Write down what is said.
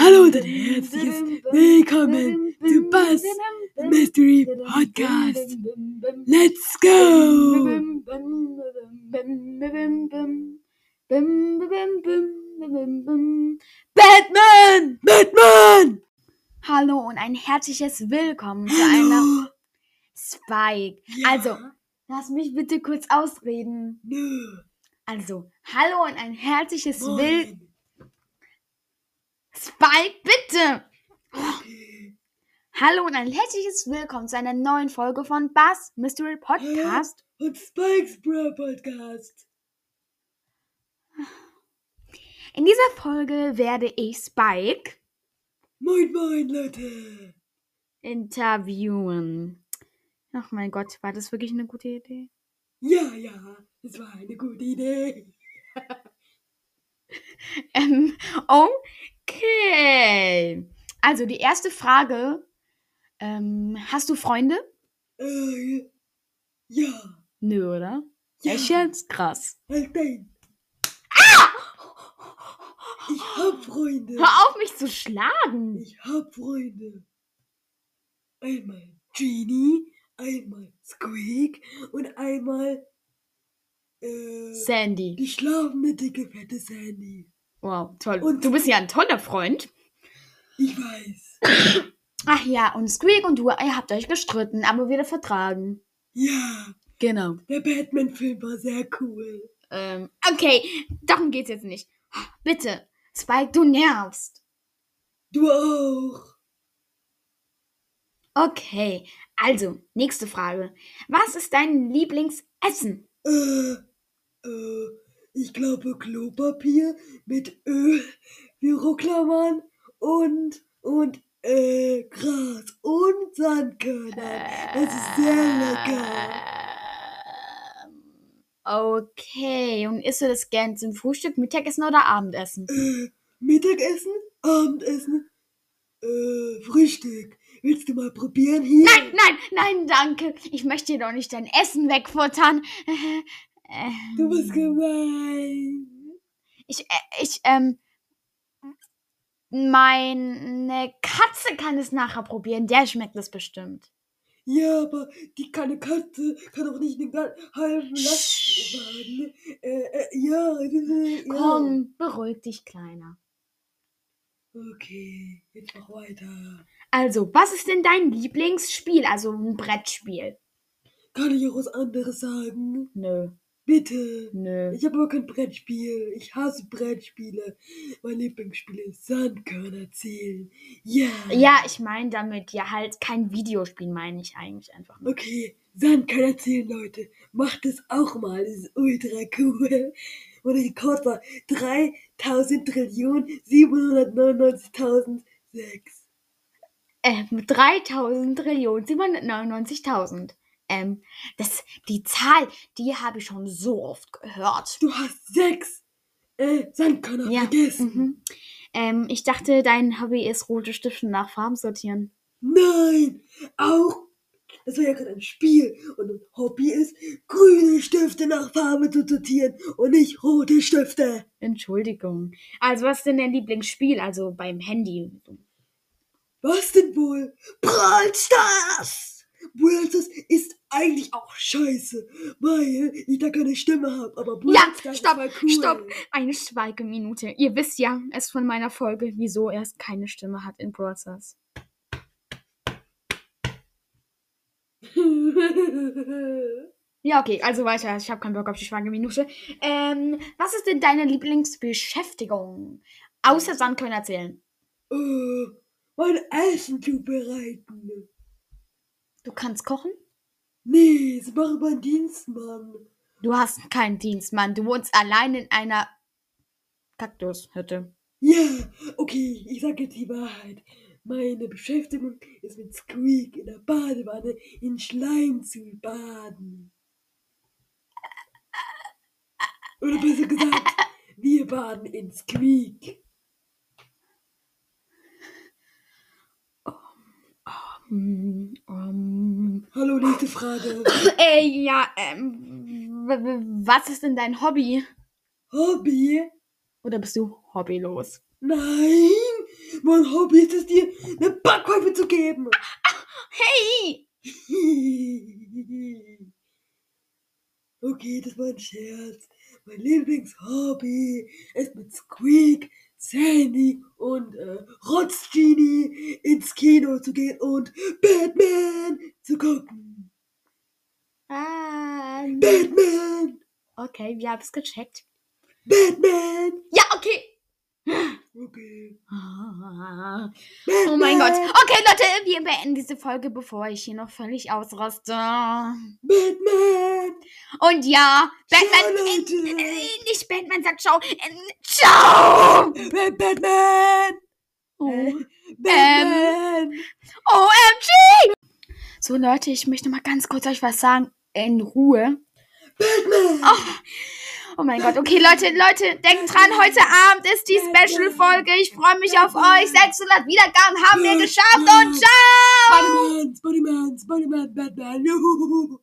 Hallo und ein herzliches Willkommen zu Buzz Mystery Podcast. Let's go! Batman! Batman! Hallo und ein herzliches Willkommen zu einer Hallo! Spike. Ja. Also, lass mich bitte kurz ausreden. Nö. Also, hallo und ein herzliches Will. Moin. Spike, bitte! Hallo und ein herzliches Willkommen zu einer neuen Folge von Bass Mystery Podcast. Und Spikes Bro Podcast. In dieser Folge werde ich Spike Moin, moin, Leute. interviewen. Ach mein Gott, war das wirklich eine gute Idee? Ja, ja, das war eine gute Idee. Ähm, okay. Also die erste Frage. Ähm, hast du Freunde? Äh, ja, Nö, oder? ja. Echt jetzt? Ah! Krass. Halt dein. Ich hab Freunde. Hör auf, mich zu schlagen. Ich hab Freunde. Einmal Genie, einmal Squeak und einmal äh, Sandy. die schlafende dicke fette Sandy. Wow, toll. Und- Und du bist ja ein toller Freund. Ich weiß. Ach ja, und Squeak und du, ihr habt euch gestritten, aber wieder vertragen. Ja, Genau. der Batman-Film war sehr cool. Ähm, okay, darum geht's jetzt nicht. Bitte, Spike, du nervst. Du auch. Okay, also, nächste Frage. Was ist dein Lieblingsessen? Äh, äh, ich glaube Klopapier mit Öl, Büroklammern und, und, äh, Gras und Äh. Sandkörner. Das ist sehr lecker. Ähm, Okay, und isst du das gern zum Frühstück, Mittagessen oder Abendessen? Äh, Mittagessen, Abendessen, äh, Frühstück. Willst du mal probieren hier? Nein, nein, nein, danke. Ich möchte dir doch nicht dein Essen wegfuttern. Ähm, Du bist gemein. Ich, äh, ich, ähm. Meine Katze kann es nachher probieren. Der schmeckt es bestimmt. Ja, aber die kleine Katze kann auch nicht den gan- halben Last übernehmen. Äh, äh, ja, äh, ja. Komm, beruhig dich, Kleiner. Okay, jetzt mach weiter. Also, was ist denn dein Lieblingsspiel? Also ein Brettspiel. Kann ich auch was anderes sagen? Nö, Bitte. nö. Ich habe aber kein Brettspiel. Ich hasse Brettspiele. Mein Lieblingsspiel ist Sandkörner zählen. Ja. Ja, ich meine damit ja halt kein Videospiel, meine ich eigentlich einfach nur. Okay, Sandkörner zählen, Leute. Macht das auch mal. Das ist ultra cool. Und der Rekord war 3.799.006. Ähm, 3000 Trillionen 799.000. Ähm, das, die Zahl, die habe ich schon so oft gehört. Du hast sechs äh, Sandkörner Ja, vergessen. Mhm. Ähm, ich dachte, dein Hobby ist rote Stifte nach Farben sortieren. Nein, auch. Das war ja gerade ein Spiel. Und ein Hobby ist, grüne Stifte nach Farbe zu sortieren und nicht rote Stifte. Entschuldigung. Also, was ist denn dein Lieblingsspiel? Also beim Handy. Was denn wohl? Brawl Stars! Brawl Stars ist eigentlich auch scheiße, weil ich da keine Stimme habe. Aber Brawl Ja, Stars stopp, war cool. stopp. Eine Schweigeminute. Ihr wisst ja es von meiner Folge, wieso er keine Stimme hat in Brawl Stars. Ja, okay, also weiter. Ich habe keinen Bock auf die Schweigeminute. Ähm, was ist denn deine Lieblingsbeschäftigung? Außer Sandkörner zählen. äh, mein Essen zubereiten. Du kannst kochen? Nee, das macht mein Dienstmann. Du hast keinen Dienst, Mann. Du wohnst allein in einer Kaktushütte. Ja, okay, ich sage jetzt die Wahrheit. Meine Beschäftigung ist mit Squeak in der Badewanne in Schleim zu baden. Oder besser gesagt, wir baden in Squeak. Hm, ähm. Hallo, nächste Frage. Äh, ja, ähm, w- w- was ist denn dein Hobby? Hobby? Oder bist du hobbylos? Nein, mein Hobby ist es, dir eine Backpfeife zu geben. Hey! Okay, das war ein Scherz. Mein Lieblingshobby ist mit Squeak, Sandy und äh, Rotz Genie ins Kino zu gehen und Batman zu gucken. Ah, Batman! okay, wir haben es gecheckt. Batman! Ja, okay. Okay. Oh Batman. mein Gott. Okay, Leute, wir beenden diese Folge, bevor ich hier noch völlig ausraste. Batman! Und ja, Batman. Ja, äh, Leute. nicht Batman sagt ciao. Äh, ciao! Ba- Batman! Äh, Oh. Batman! OMG! So, Leute, ich möchte mal ganz kurz euch was sagen. In Ruhe. Batman! Oh mein Gott. Okay, Leute, Leute, denkt dran, heute Abend ist die Special-Folge. Ich freue mich auf euch. 600 Wiedergaben haben wir geschafft und ciao! Spider-Man, Spider-Man, Spider-Man, Batman! Juhu.